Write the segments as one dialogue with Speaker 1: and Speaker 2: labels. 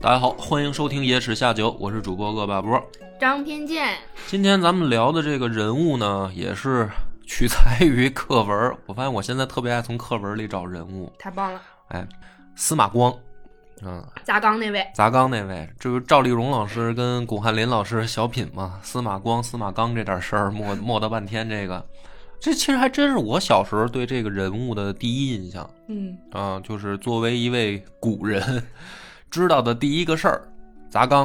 Speaker 1: 大家好，欢迎收听《野史下酒》，我是主播恶霸波。
Speaker 2: 张偏见，
Speaker 1: 今天咱们聊的这个人物呢，也是取材于课文儿。我发现我现在特别爱从课文里找人物，
Speaker 2: 太棒了！
Speaker 1: 哎，司马光，嗯，
Speaker 2: 砸缸那位，
Speaker 1: 砸缸那位，这不是赵丽蓉老师跟巩汉林老师小品嘛？司马光、司马刚这点事儿磨磨叨半天，这个，这其实还真是我小时候对这个人物的第一印象。
Speaker 2: 嗯，
Speaker 1: 啊，就是作为一位古人，知道的第一个事儿，砸缸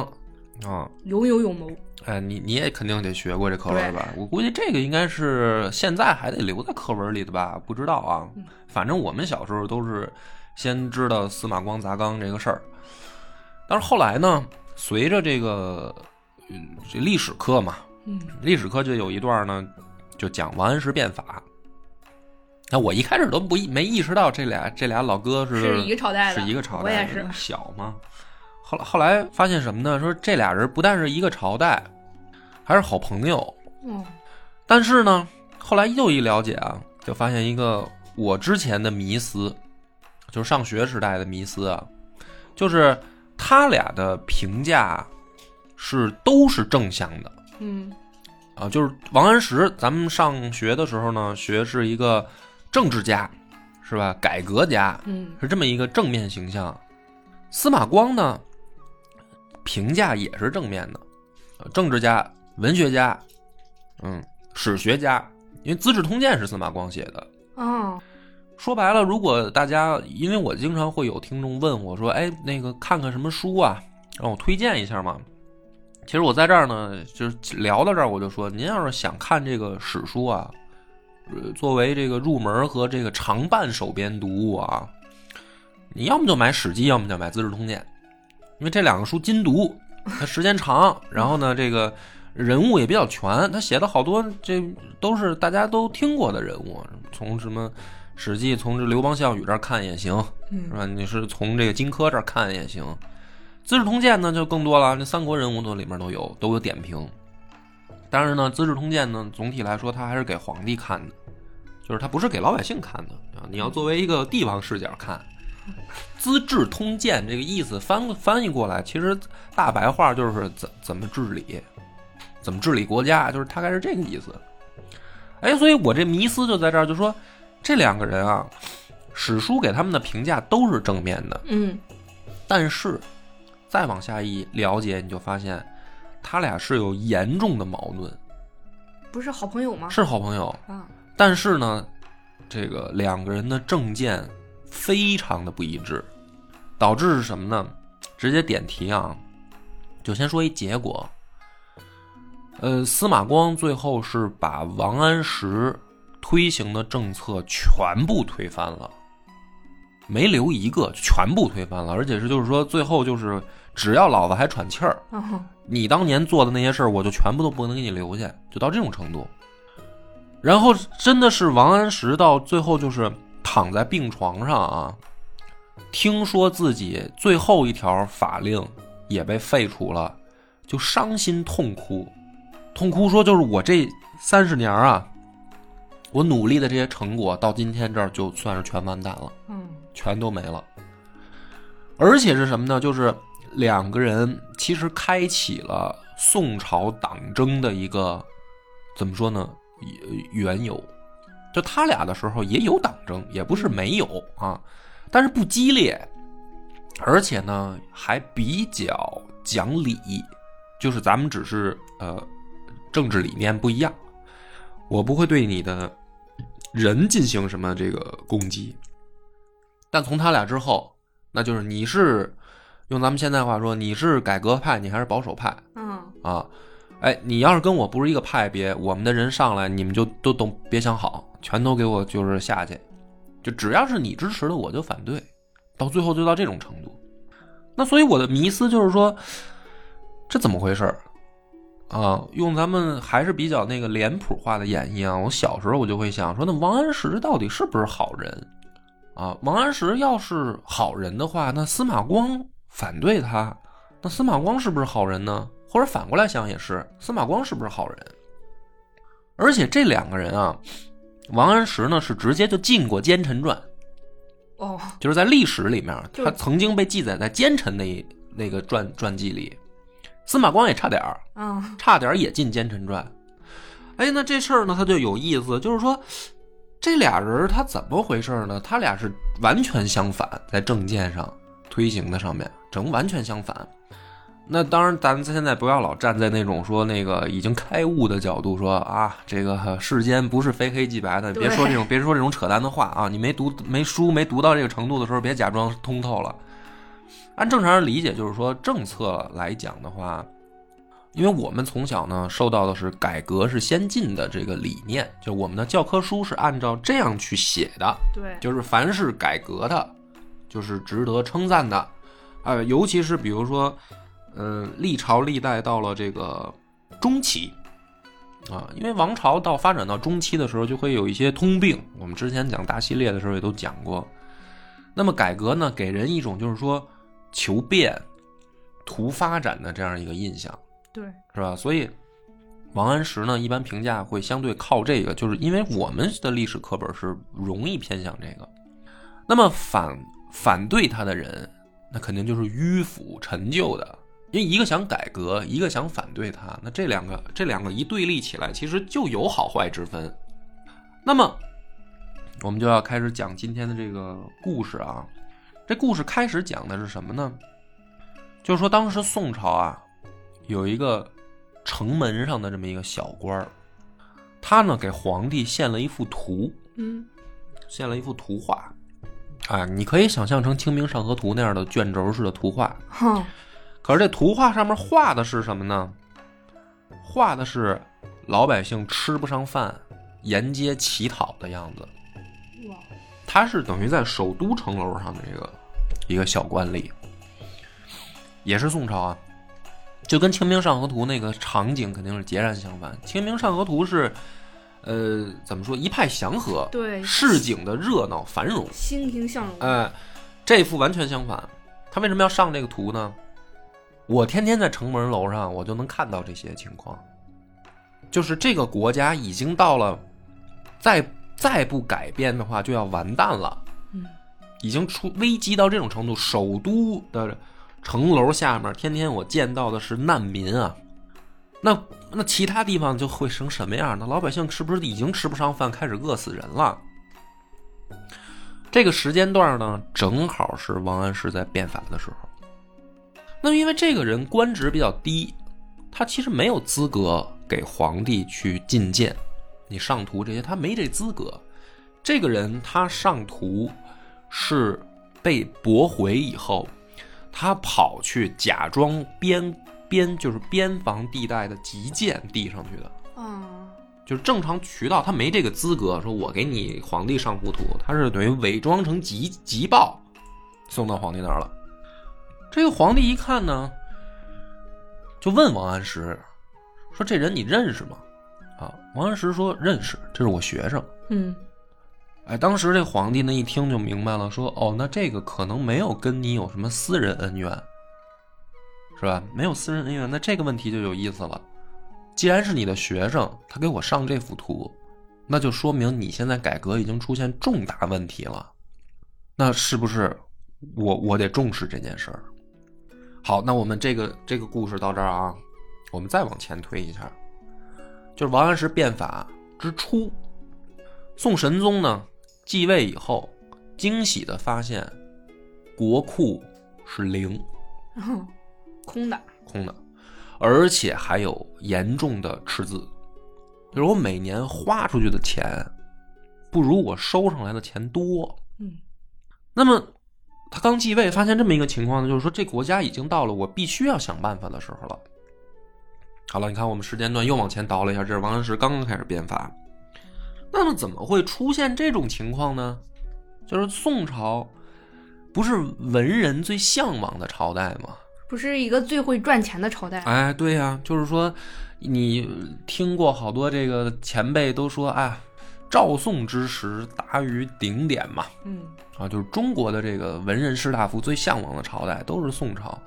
Speaker 1: 啊。
Speaker 2: 有勇有谋，
Speaker 1: 哎，你你也肯定得学过这课文吧？我估计这个应该是现在还得留在课文里的吧？不知道啊
Speaker 2: 嗯，
Speaker 1: 反正我们小时候都是先知道司马光砸缸这个事儿，但是后来呢，随着这个嗯这历史课嘛，
Speaker 2: 嗯，
Speaker 1: 历史课就有一段呢，就讲王安石变法。那我一开始都不意没意识到这俩这俩老哥是
Speaker 2: 是一个朝代的，
Speaker 1: 是一个朝代，
Speaker 2: 我也是，
Speaker 1: 小嘛。后来后来发现什么呢？说这俩人不但是一个朝代，还是好朋友。
Speaker 2: 嗯，
Speaker 1: 但是呢，后来又一了解啊，就发现一个我之前的迷思，就是上学时代的迷思啊，就是他俩的评价是都是正向的。
Speaker 2: 嗯，
Speaker 1: 啊，就是王安石，咱们上学的时候呢，学是一个政治家，是吧？改革家
Speaker 2: 嗯，
Speaker 1: 是这么一个正面形象。司马光呢，评价也是正面的，呃政治家、文学家，嗯，史学家，因为《资治通鉴》是司马光写的。
Speaker 2: 哦，
Speaker 1: 说白了，如果大家，因为我经常会有听众问我说：“哎，那个看看什么书啊，让我推荐一下嘛。”其实我在这儿呢，就是聊到这儿，我就说，您要是想看这个史书啊，呃，作为这个入门和这个常伴手边读物啊，你要么就买《史记》，要么就买《资治通鉴》，因为这两个书精读，它时间长，然后呢，这个人物也比较全，他写的好多这都是大家都听过的人物，啊从什么。《史记》从这刘邦、项羽这儿看也行，是
Speaker 2: 嗯，
Speaker 1: 吧？你是从这个荆轲这儿看也行，《资治通鉴》呢就更多了，这三国人物都里面都有，都有点评。但是呢，《资治通鉴》呢总体来说它还是给皇帝看的，就是它不是给老百姓看的啊。你要作为一个帝王视角看，《资治通鉴》这个意思翻翻译过来，其实大白话就是怎怎么治理，怎么治理国家，就是大概是这个意思。哎，所以我这迷思就在这儿，就说这两个人啊，史书给他们的评价都是正面的，
Speaker 2: 嗯，
Speaker 1: 但是再往下一了解，你就发现他俩是有严重的矛盾，
Speaker 2: 不是好朋友吗？
Speaker 1: 是好朋友，
Speaker 2: 啊，
Speaker 1: 但是呢，这个两个人的政见非常的不一致，导致是什么呢？直接点题啊，就先说一结果。呃，司马光最后是把王安石推行的政策全部推翻了，没留一个，全部推翻了，而且是就是说，最后就是只要老子还喘气儿，
Speaker 2: 哦，
Speaker 1: 你当年做的那些事儿，我就全部都不能给你留下，就到这种程度。然后真的是王安石到最后就是躺在病床上啊，听说自己最后一条法令也被废除了，就伤心痛哭，痛哭说就是我这三十年啊，我努力的这些成果到今天这儿就算是全完蛋了。
Speaker 2: 嗯，
Speaker 1: 全都没了。而且是什么呢？就是两个人其实开启了宋朝党争的一个怎么说呢？呃缘由，就他俩的时候也有党争，也不是没有啊，但是不激烈，而且呢还比较讲理，就是咱们只是呃政治理念不一样，我不会对你的人进行什么这个攻击，但从他俩之后，那就是你是用咱们现在话说，你是改革派，你还是保守派
Speaker 2: 嗯，
Speaker 1: 啊？哎，你要是跟我不是一个派别，我们的人上来，你们就都都别想好，全都给我就是下去，就只要是你支持的，我就反对，到最后就到这种程度。那所以我的迷思就是说，这怎么回事儿？啊，用咱们还是比较那个脸谱化的演绎啊，我小时候我就会想说，那王安石到底是不是好人？啊，王安石要是好人的话，那司马光反对他，那司马光是不是好人呢？或者反过来想也是，司马光是不是好人？而且这两个人啊，王安石呢是直接就进过奸臣传，
Speaker 2: 哦，
Speaker 1: 就是在历史里面，
Speaker 2: 就是
Speaker 1: 他曾经被记载在奸臣那一那个传传记里。司马光也差点儿，
Speaker 2: 嗯，
Speaker 1: 差点儿也进奸臣传。哎，那这事儿呢，他就有意思，就是说这俩人儿他怎么回事儿呢？他俩是完全相反，在政见上推行的上面，整完全相反。那当然，咱现在不要老站在那种说那个已经开悟的角度说啊，这个世间不是非黑即白的，
Speaker 2: 对
Speaker 1: 别说这种别说这种扯淡的话啊！你没读没书没读到这个程度的时候，别假装通透了。按正常人理解，就是说政策来讲的话，因为我们从小呢受到的是改革是先进的这个理念，就我们的教科书是按照这样去写的，
Speaker 2: 对，
Speaker 1: 就是凡是改革的，就是值得称赞的，呃，尤其是比如说，嗯、历朝历代到了这个中期。啊，因为王朝到发展到中期的时候，就会有一些通病。我们之前讲大系列的时候也都讲过。那么改革呢，给人一种就是说求变、图发展的这样一个印象。
Speaker 2: 对，
Speaker 1: 是吧？所以王安石呢，一般评价会相对靠这个，就是因为我们的历史课本是容易偏向这个。那么反反对他的人，那肯定就是迂腐陈旧的，因为一个想改革，一个想反对他，那这两个这两个一对立起来，其实就有好坏之分。那么我们就要开始讲今天的这个故事啊。这故事开始讲的是什么呢？就是说当时宋朝啊，有一个城门上的这么一个小官儿，他呢给皇帝献了一幅图，
Speaker 2: 嗯，
Speaker 1: 献了一幅图画，啊，你可以想象成《清明上河图》那样的卷轴式的图画。
Speaker 2: 哼，
Speaker 1: 可是这图画上面画的是什么呢？画的是老百姓吃不上饭、沿街乞讨的样子。
Speaker 2: 哇，
Speaker 1: 他是等于在首都城楼上的这个一个小官吏，也是宋朝啊，就跟《清明上河图》那个场景肯定是截然相反。《清明上河图》是，呃，怎么说一派祥和，
Speaker 2: 对，
Speaker 1: 市井的热闹繁荣，
Speaker 2: 欣欣向荣，
Speaker 1: 哎、这幅完全相反。他为什么要上这个图呢？我天天在城门楼上，我就能看到这些情况，就是这个国家已经到了，再再不改变的话就要完蛋了。
Speaker 2: 嗯，
Speaker 1: 已经出危机到这种程度，首都的城楼下面，天天我见到的是难民啊。那那其他地方就会成什么样？那老百姓是不是已经吃不上饭，开始饿死人了？这个时间段呢，正好是王安石在变法的时候。那么因为这个人官职比较低，他其实没有资格给皇帝去觐见，你上图这些，他没这资格。这个人他上图是被驳回以后，他跑去假装边边就是边防地带的急件递上去的，
Speaker 2: 啊，
Speaker 1: 就是正常渠道，他没这个资格。说我给你皇帝上糊图，他是等于伪装成急急报送到皇帝那儿了。这个皇帝一看呢，就问王安石说：“这人你认识吗？”啊，王安石说：“认识，这是我学生。”
Speaker 2: 嗯，
Speaker 1: 哎，当时这皇帝呢一听就明白了，说：“哦，那这个可能没有跟你有什么私人恩怨，是吧？没有私人恩怨，那这个问题就有意思了。既然是你的学生，他给我上这幅图，那就说明你现在改革已经出现重大问题了。那是不是我我得重视这件事儿？好，那我们这个这个故事到这儿啊，我们再往前推一下，就是王安石变法之初，宋神宗呢继位以后，惊喜的发现国库是零
Speaker 2: 哼空的，
Speaker 1: 空的，而且还有严重的赤字，就是我每年花出去的钱不如我收上来的钱多。
Speaker 2: 嗯，
Speaker 1: 那么他刚继位，发现这么一个情况呢，就是说这国家已经到了我必须要想办法的时候了。好了，你看我们时间段又往前倒了一下，这是王安石刚刚开始变法。那么怎么会出现这种情况呢？就是宋朝不是文人最向往的朝代吗？
Speaker 2: 不是一个最会赚钱的朝代。
Speaker 1: 哎，对呀、就是说，你听过好多这个前辈都说啊，赵宋之时达于顶点嘛，
Speaker 2: 嗯
Speaker 1: 啊，就是中国的这个文人士大夫最向往的朝代都是宋朝。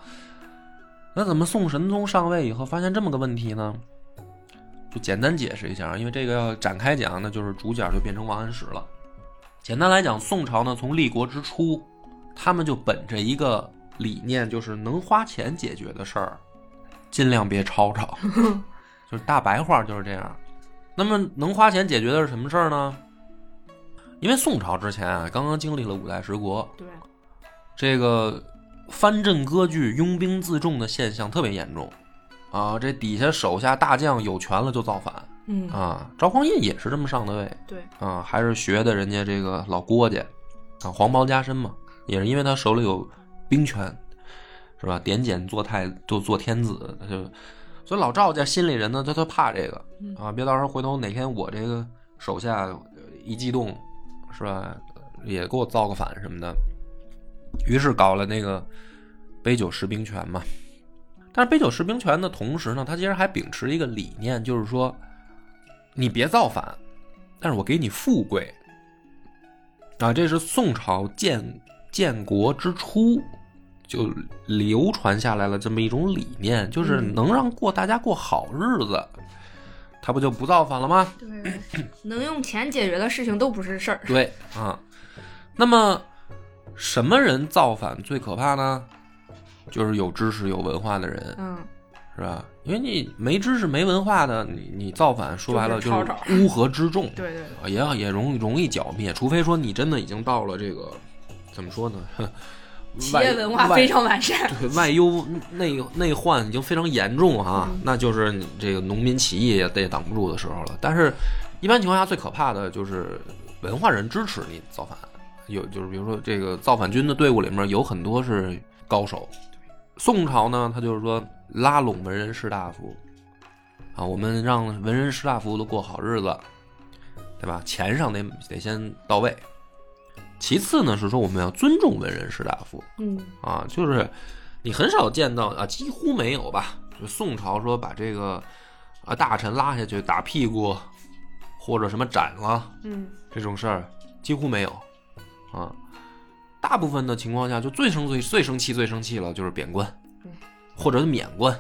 Speaker 1: 那怎么宋神宗上位以后发现这么个问题呢？就简单解释一下啊，因为这个要展开讲，那就是主角就变成王安石了。简单来讲，宋朝呢从立国之初，他们就本着一个理念，就是能花钱解决的事儿，尽量别吵吵，就是大白话就是这样。那么能花钱解决的是什么事儿呢？因为宋朝之前啊，刚刚经历了五代十国，
Speaker 2: 对，
Speaker 1: 这个藩镇割据、拥兵自重的现象特别严重啊！这底下手下大将有权了就造反
Speaker 2: 嗯
Speaker 1: 啊！赵匡胤也是这么上的位
Speaker 2: 对，
Speaker 1: 啊，还是学的人家这个老郭家啊，黄袍加身嘛，也是因为他手里有兵权，是吧？点检做太就做天子，他就所以老赵家心里人呢，他他怕这个
Speaker 2: 嗯
Speaker 1: 啊，别到时候回头哪天我这个手下呃一激动，是吧？也给我造个反什么的，于是搞了那个杯酒释兵权嘛。但是杯酒释兵权的同时呢，他其实还秉持一个理念，就是说，你别造反，但是我给你富贵。啊，这是宋朝建建国之初就流传下来了这么一种理念，就是
Speaker 2: 嗯
Speaker 1: 能让过大家过好日子，他不就不造反了吗？
Speaker 2: 对，能用钱解决的事情都不是事儿。
Speaker 1: 对啊，那么什么人造反最可怕呢？就是有知识、有文化的人，
Speaker 2: 嗯，
Speaker 1: 是吧？因为你没知识、没文化的，你你造反，说白了
Speaker 2: 就是
Speaker 1: 就
Speaker 2: 吵
Speaker 1: 是乌合之众，
Speaker 2: 对对对，
Speaker 1: 也也容易容易剿灭，除非说你真的已经到了这个怎么说呢？ 哼
Speaker 2: 企
Speaker 1: 外
Speaker 2: 业文化非常完
Speaker 1: 外
Speaker 2: 善。
Speaker 1: 对外忧内内患已经非常严重啊，那就是你这个农民起义也也挡不住的时候了。但是，一般情况下最可怕的就是文化人支持你造反，有就是比如说这个造反军的队伍里面有很多是高手。宋朝呢，他就是说拉拢文人士大夫，啊，我们让文人士大夫都过好日子，对吧？钱上得得先到位。其次呢，是说我们要尊重文人士大夫，
Speaker 2: 嗯
Speaker 1: 啊，就是你很少见到啊，几乎没有吧？就宋朝说把这个啊大臣拉下去打屁股，或者什么斩了
Speaker 2: 嗯
Speaker 1: 这种事儿，几乎没有啊。大部分的情况下，就最生最最生气、最生气了，就是贬官
Speaker 2: 对，
Speaker 1: 或者免官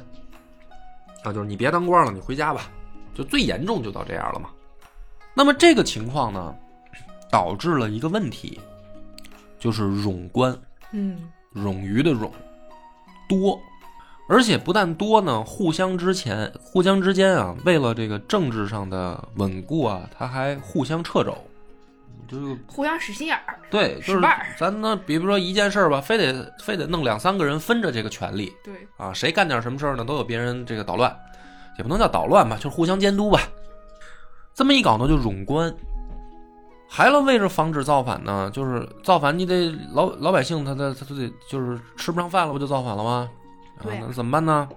Speaker 1: 啊，就是你别当官了，你回家吧。就最严重就到这样了嘛。那么这个情况呢，导致了一个问题，就是冗官。
Speaker 2: 嗯，
Speaker 1: 冗余的冗，多，而且不但多呢，互相之前互相之间啊，为了这个政治上的稳固啊，他还互相掣肘，就是
Speaker 2: 互相使心眼儿。
Speaker 1: 对，就
Speaker 2: 使
Speaker 1: 是
Speaker 2: 绊儿
Speaker 1: 咱呢，比如说一件事儿吧，非得非得弄两三个人分着这个权利
Speaker 2: 对，
Speaker 1: 啊，谁干点什么事儿呢，都有别人这个捣乱，也不能叫捣乱吧，就是互相监督吧。这么一搞呢，就冗官。还了，为了防止造反呢，就是造反，你得老老百姓他他他就得就是吃不上饭了，不就造反了吗？啊
Speaker 2: 对，
Speaker 1: 那怎么办呢？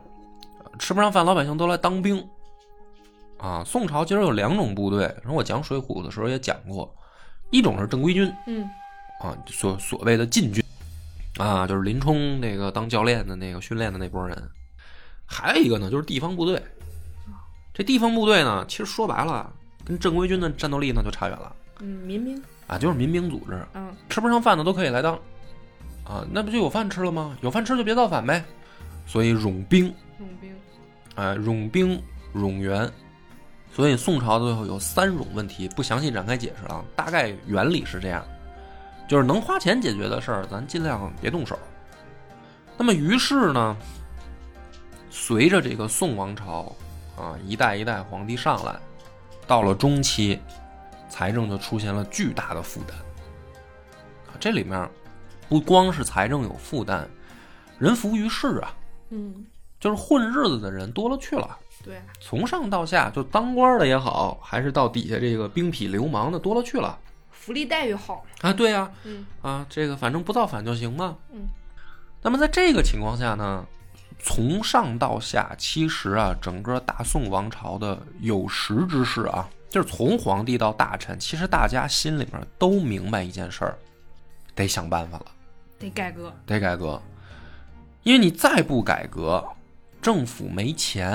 Speaker 1: 吃不上饭，老百姓都来当兵。啊，宋朝其实有两种部队，然后我讲《水浒》的时候也讲过，一种是正规军，
Speaker 2: 嗯
Speaker 1: 啊，所所谓的禁军啊，就是林冲那个当教练的那个训练的那波人，还有一个呢就是地方部队。这地方部队呢，其实说白了，跟正规军的战斗力呢就差远了
Speaker 2: 嗯，民兵。
Speaker 1: 啊，就是民兵组织，
Speaker 2: 嗯
Speaker 1: 吃不上饭的都可以来当啊，那不就有饭吃了吗？有饭吃就别造反呗。所以冗兵，
Speaker 2: 民兵。
Speaker 1: 哎，冗兵、冗员，所以宋朝最后有三种问题，不详细展开解释啊，大概原理是这样，就是能花钱解决的事儿，咱尽量别动手。那么于是呢，随着这个宋王朝啊一代一代皇帝上来，到了中期，财政就出现了巨大的负担。啊这里面不光是财政有负担，人浮于事啊，
Speaker 2: 嗯，
Speaker 1: 就是混日子的人多了去了。
Speaker 2: 对，啊
Speaker 1: 从上到下，就当官儿的也好，还是到底下这个兵痞流氓的多了去了
Speaker 2: 福利待遇好。
Speaker 1: 啊！对呀、
Speaker 2: 嗯
Speaker 1: 啊，这个反正不造反就行嘛。
Speaker 2: 嗯。
Speaker 1: 那么在这个情况下呢，从上到下，其实啊，整个大宋王朝的有识之士啊，就是从皇帝到大臣，其实大家心里面都明白一件事儿，得想办法了，
Speaker 2: 嗯得改革。
Speaker 1: 得改革。因为你再不改革，政府没钱，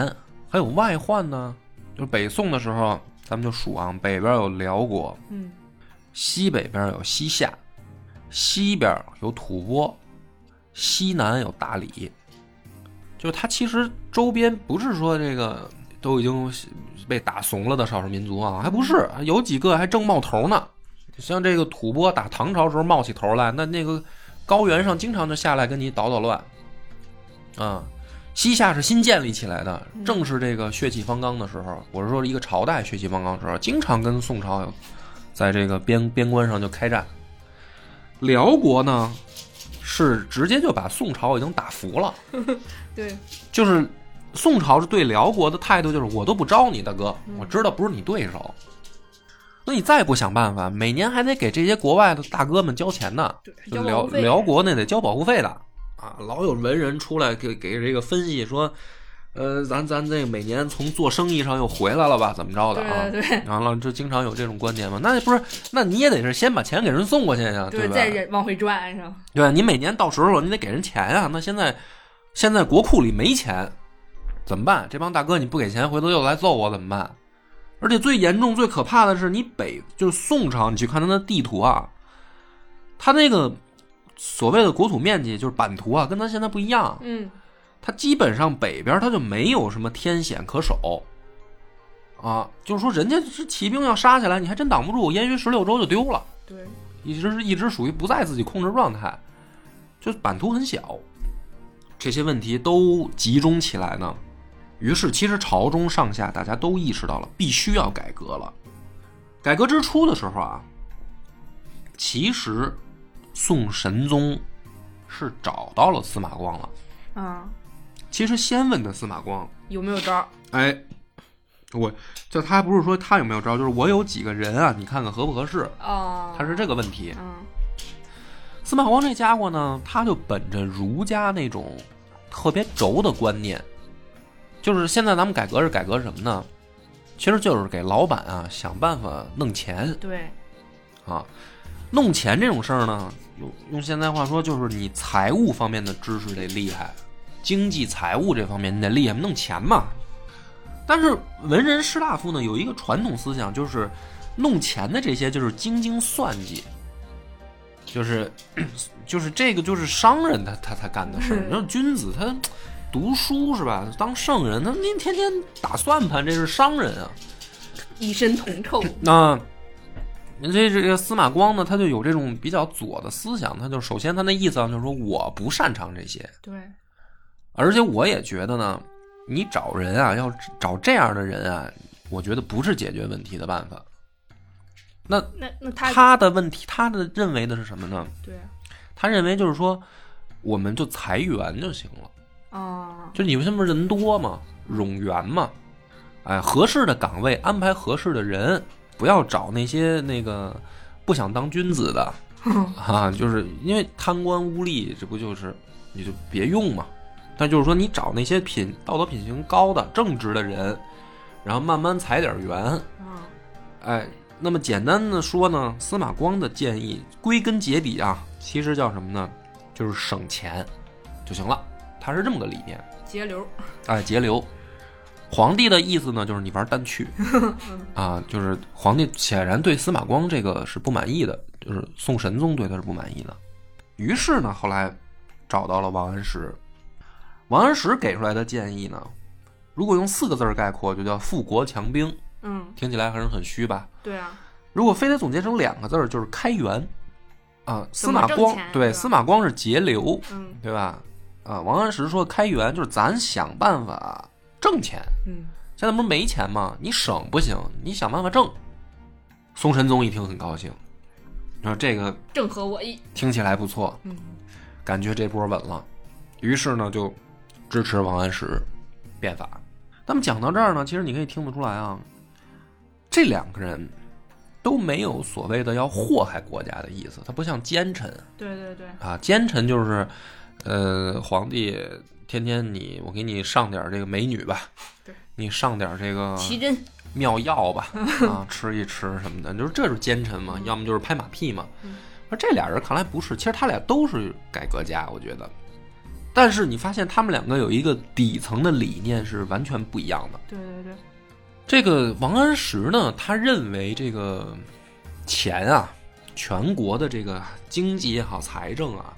Speaker 1: 还有外患呢。就是北宋的时候，咱们就数啊，北边有辽国，
Speaker 2: 嗯，
Speaker 1: 西北边有西夏，西边有吐蕃，西南有大理。就是它其实周边不是说这个都已经被打怂了的少数民族啊，还不是有几个还正冒头呢。像这个吐蕃打唐朝时候冒起头来，那那个高原上经常就下来跟你捣捣乱，啊，西夏是新建立起来的，
Speaker 2: 嗯
Speaker 1: 正是这个血气方刚的时候，我是说一个朝代血气方刚的时候，经常跟宋朝有在这个边边关上就开战。辽国呢，是直接就把宋朝已经打服了，
Speaker 2: 对，
Speaker 1: 就是宋朝是对辽国的态度就是我都不招你，大哥，我知道不是你对手，那你再不想办法，每年还得给这些国外的大哥们交钱呢。
Speaker 2: 对，
Speaker 1: 就
Speaker 2: 交
Speaker 1: 辽
Speaker 2: 保护费
Speaker 1: 辽国那得交保护费的啊，老有文人出来给给这个分析说，呃，咱咱这每年从做生意上又回来了吧，怎么着的啊？
Speaker 2: 对对对
Speaker 1: 然后了，这经常有这种观点嘛，那不是，那你也得是先把钱给人送过去呀，
Speaker 2: 对，
Speaker 1: 吧？
Speaker 2: 再忍往回转上，
Speaker 1: 对吧？你每年到时候你得给人钱啊。那现在现在国库里没钱，怎么办？这帮大哥你不给钱，回头又来揍我怎么办？而且最严重、最可怕的是，你北就是宋朝，你去看它的地图啊，它那个所谓的国土面积就是版图啊，跟咱现在不一样。
Speaker 2: 嗯，
Speaker 1: 它基本上北边它就没有什么天险可守，啊，就是说人家是骑兵要杀下来，你还真挡不住，燕云十六州就丢了。
Speaker 2: 对，
Speaker 1: 一直是一直属于不在自己控制状态，就是版图很小，这些问题都集中起来呢。于是，其实朝中上下大家都意识到了，必须要改革了。改革之初的时候啊，其实宋神宗是找到了司马光了。
Speaker 2: 啊，
Speaker 1: 其实先问的司马光，
Speaker 2: 有没有招儿？
Speaker 1: 哎，我就他不是说他有没有招，就是我有几个人啊，你看看合不合适，
Speaker 2: 哦，
Speaker 1: 他是这个问题。
Speaker 2: 嗯，
Speaker 1: 司马光这家伙呢，他就本着儒家那种特别轴的观念，就是现在咱们改革是改革什么呢？其实就是给老板啊想办法弄钱
Speaker 2: 对，
Speaker 1: 啊，弄钱这种事儿呢，用用现在话说就是你财务方面的知识得厉害，经济财务这方面你得厉害，弄钱嘛。但是文人士大夫呢有一个传统思想，就是弄钱的这些就是精精算计，就是就是这个就是商人他他才干的事儿。
Speaker 2: 嗯
Speaker 1: 你说君子他读书是吧？当圣人，他您天天打算盘，这是商人啊。
Speaker 2: 一身铜臭，
Speaker 1: 那这这个司马光呢，他就有这种比较左的思想，他就首先他那意思啊，就是说我不擅长这些，
Speaker 2: 对，
Speaker 1: 而且我也觉得呢，你找人啊，要找这样的人啊，我觉得不是解决问题的办法。那
Speaker 2: 那那他
Speaker 1: 他的问题，他的认为的是什么呢？
Speaker 2: 对，啊
Speaker 1: 他认为就是说，我们就裁员就行了，
Speaker 2: 啊，
Speaker 1: 就你们这不是人多嘛，冗员嘛，哎，合适的岗位安排合适的人，不要找那些那个不想当君子的，啊，就是因为贪官污吏，这不就是你就别用嘛。但就是说，你找那些品道德品行高的、正直的人，然后慢慢裁点员。
Speaker 2: 啊，
Speaker 1: 哎，那么简单的说呢，司马光的建议归根结底啊，其实叫什么呢？就是省钱就行了。他是这么个理念。
Speaker 2: 节流，
Speaker 1: 哎，节流。皇帝的意思呢，就是你玩单 去
Speaker 2: 嗯
Speaker 1: 啊，就是皇帝显然对司马光这个是不满意的，就是宋神宗对他是不满意的。于是呢，后来找到了王安石，王安石给出来的建议呢，如果用四个字儿概括，就叫富国强兵，
Speaker 2: 嗯，
Speaker 1: 听起来还是很虚吧？
Speaker 2: 对啊，
Speaker 1: 如果非得总结成两个字儿，就是开源啊。司马
Speaker 2: 怎么
Speaker 1: 光
Speaker 2: 挣钱
Speaker 1: 对
Speaker 2: 是吧
Speaker 1: 司马光是节流，
Speaker 2: 嗯
Speaker 1: 对吧？啊，王安石说开源就是咱想办法挣钱，
Speaker 2: 嗯，
Speaker 1: 现在不是没钱吗？你省不行，你想办法挣。宋神宗一听很高兴，说这个
Speaker 2: 正合我意，
Speaker 1: 听起来不错，
Speaker 2: 嗯，
Speaker 1: 感觉这波稳了，于是呢就支持王安石变法。那么讲到这儿呢，其实你可以听得出来啊，这两个人都没有所谓的要祸害国家的意思，他不像奸臣，
Speaker 2: 对对对，
Speaker 1: 啊，奸臣就是，呃，皇帝天天你我给你上点儿这个美女吧
Speaker 2: 对，
Speaker 1: 你上点儿这个
Speaker 2: 奇珍，
Speaker 1: 妙药 吧，啊，吃一吃什么的，就是这就是奸臣嘛，要么就是拍马屁嘛
Speaker 2: 嗯。
Speaker 1: 而这俩人看来不是，其实他俩都是改革家，我觉得，但是你发现他们两个有一个底层的理念是完全不一样的。
Speaker 2: 对对对，
Speaker 1: 这个王安石呢，他认为这个钱啊，全国的这个经济也好，财政啊，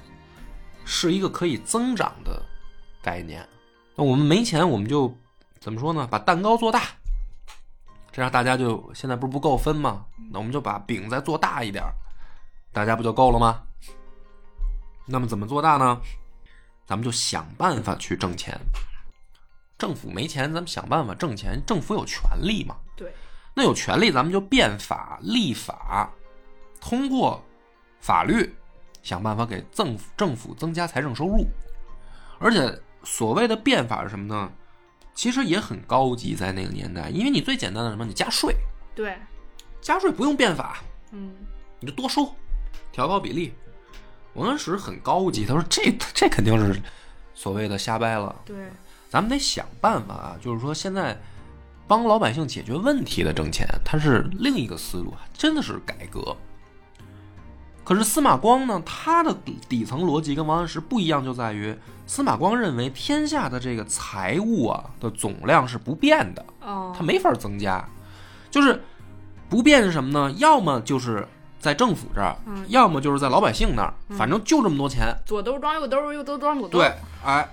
Speaker 1: 是一个可以增长的概念。那我们没钱，我们就怎么说呢？把蛋糕做大，这样大家就现在不是不够分吗？那我们就把饼再做大一点儿，大家不就够了吗？那么怎么做大呢？咱们就想办法去挣钱。政府没钱，咱们想办法挣钱。政府有权利嘛？
Speaker 2: 对。
Speaker 1: 那有权利，咱们就变法、立法，通过法律想办法给政府政府增加财政收入。而且所谓的变法是什么呢？其实也很高级，在那个年代，因为你最简单的什么，你加税，
Speaker 2: 对，
Speaker 1: 加税不用变法，
Speaker 2: 嗯，
Speaker 1: 你就多收，调高比例。王安石很高级，他说这这肯定是所谓的瞎掰了，
Speaker 2: 对，
Speaker 1: 咱们得想办法啊，就是说现在帮老百姓解决问题的挣钱，它是另一个思路，啊真的是改革。可是司马光呢，他的底底层逻辑跟王安石不一样，就在于司马光认为天下的这个财物啊的总量是不变的，
Speaker 2: 哦
Speaker 1: 它，没法增加，就是不变是什么呢？要么就是在政府这儿，
Speaker 2: 嗯
Speaker 1: 要么就是在老百姓那儿，反正就这么多钱，
Speaker 2: 左兜装右兜，右兜装左兜，
Speaker 1: 对，哎，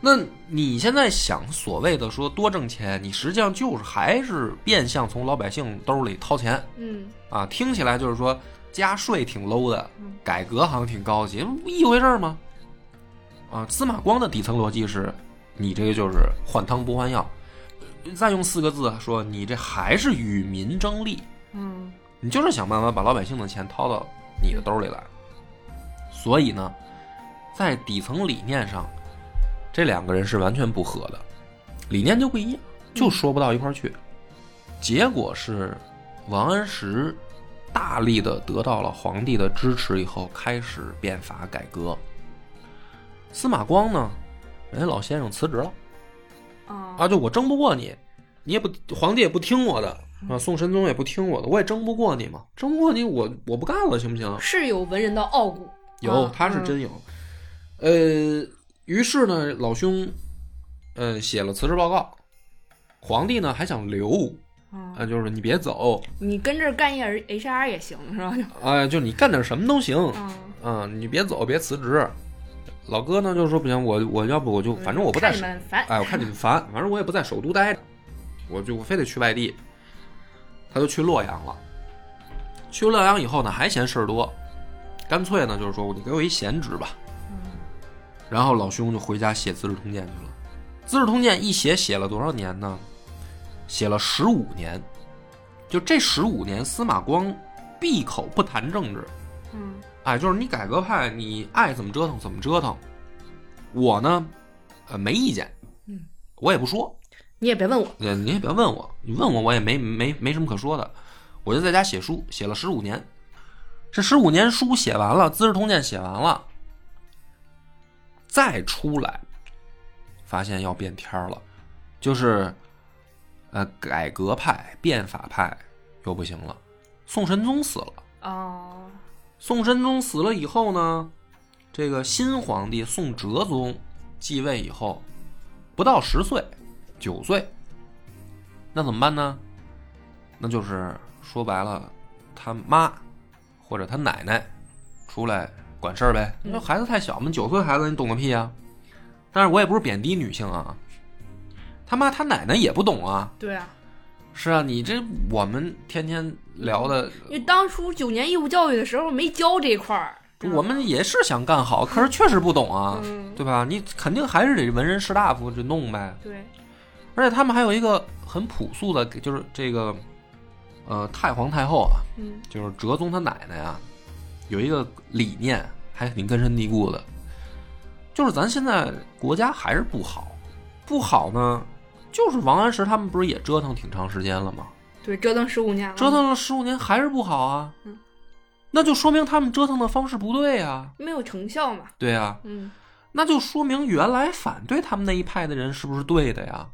Speaker 1: 那你现在想所谓的说多挣钱，你实际上就是还是变相从老百姓兜里掏钱
Speaker 2: 嗯，
Speaker 1: 啊。听起来就是说加税挺 low 的
Speaker 2: 嗯，
Speaker 1: 改革好像挺高级，不一回事儿吗？啊，司马光的底层逻辑是，你这个就是换汤不换药。再用四个字说，你这还是与民争利。
Speaker 2: 嗯，
Speaker 1: 你就是想办法把老百姓的钱掏到你的兜里来。所以呢，在底层理念上，这两个人是完全不合的，理念就不一样，就说不到一块儿去。结果是，王安石大力的得到了皇帝的支持以后，开始变法改革。司马光呢，人家老先生辞职了。
Speaker 2: 哦，
Speaker 1: 啊，就我争不过你，你也不皇帝也不听我的啊，宋神宗也不听我的，我也争不过你嘛，争不过你我我不干了，行不行？
Speaker 2: 是有文人的傲骨，
Speaker 1: 有
Speaker 2: 啊，
Speaker 1: 他是真有。呃，于是呢，老兄，呃，写了辞职报告，皇帝呢还想留，
Speaker 2: 嗯，
Speaker 1: 啊，就是你别走，
Speaker 2: 你跟这儿干一下 HR 也行是吧？就
Speaker 1: 啊，就你干点什么都行，
Speaker 2: 嗯，
Speaker 1: 啊，你别走，别辞职。老哥呢就说不行，我我要不我就反正我不在
Speaker 2: 看你们烦，
Speaker 1: 哎，我看你们烦，反正我也不在首都待着，我就我非得去外地。他就去洛阳了。去洛阳以后呢，还嫌事儿多，干脆呢就是说，你给我一闲职吧。然后老兄就回家写《资治通鉴》去了。《资治通鉴》一写写了多少年呢？写了十五年。就这十五年，司马光闭口不谈政治，
Speaker 2: 嗯
Speaker 1: 哎，就是你改革派，你爱怎么折腾怎么折腾。我呢，呃，没意见，
Speaker 2: 嗯，
Speaker 1: 我也不说，
Speaker 2: 你也别问我，
Speaker 1: 呃，你也别问我，你问我我也没没没什么可说的，我就在家写书，写了十五年，这十五年书写完了，《资治通鉴》写完了，再出来，发现要变天儿了，就是，呃，改革派、变法派又不行了，宋神宗死了。
Speaker 2: 哦，
Speaker 1: 宋神宗死了以后呢，这个新皇帝宋哲宗继位以后，不到十岁，九岁，那怎么办呢？那就是说白了，他妈或者他奶奶出来管事儿呗。
Speaker 2: 嗯
Speaker 1: 那孩子太小嘛，九岁孩子你懂个屁啊！但是我也不是贬低女性啊，他妈他奶奶也不懂啊。
Speaker 2: 对啊，
Speaker 1: 是啊，你这我们天天聊的，
Speaker 2: 因为当初九年义务教育的时候没教这一块儿，
Speaker 1: 我们也是想干好，可是确实不懂啊。
Speaker 2: 嗯，
Speaker 1: 对吧？你肯定还是得文人士大夫去弄呗。
Speaker 2: 对，
Speaker 1: 而且他们还有一个很朴素的，就是这个，呃，太皇太后啊，
Speaker 2: 嗯
Speaker 1: 就是哲宗他奶奶啊，有一个理念还挺根深蒂固的，就是咱现在国家还是不好，不好呢，就是王安石他们不是也折腾挺长时间了吗？
Speaker 2: 对，折腾十五年了，
Speaker 1: 折腾了十五年还是不好啊
Speaker 2: 嗯，
Speaker 1: 那就说明他们折腾的方式不对啊，
Speaker 2: 没有成效嘛，
Speaker 1: 对啊，
Speaker 2: 嗯
Speaker 1: 那就说明原来反对他们那一派的人是不是对的呀？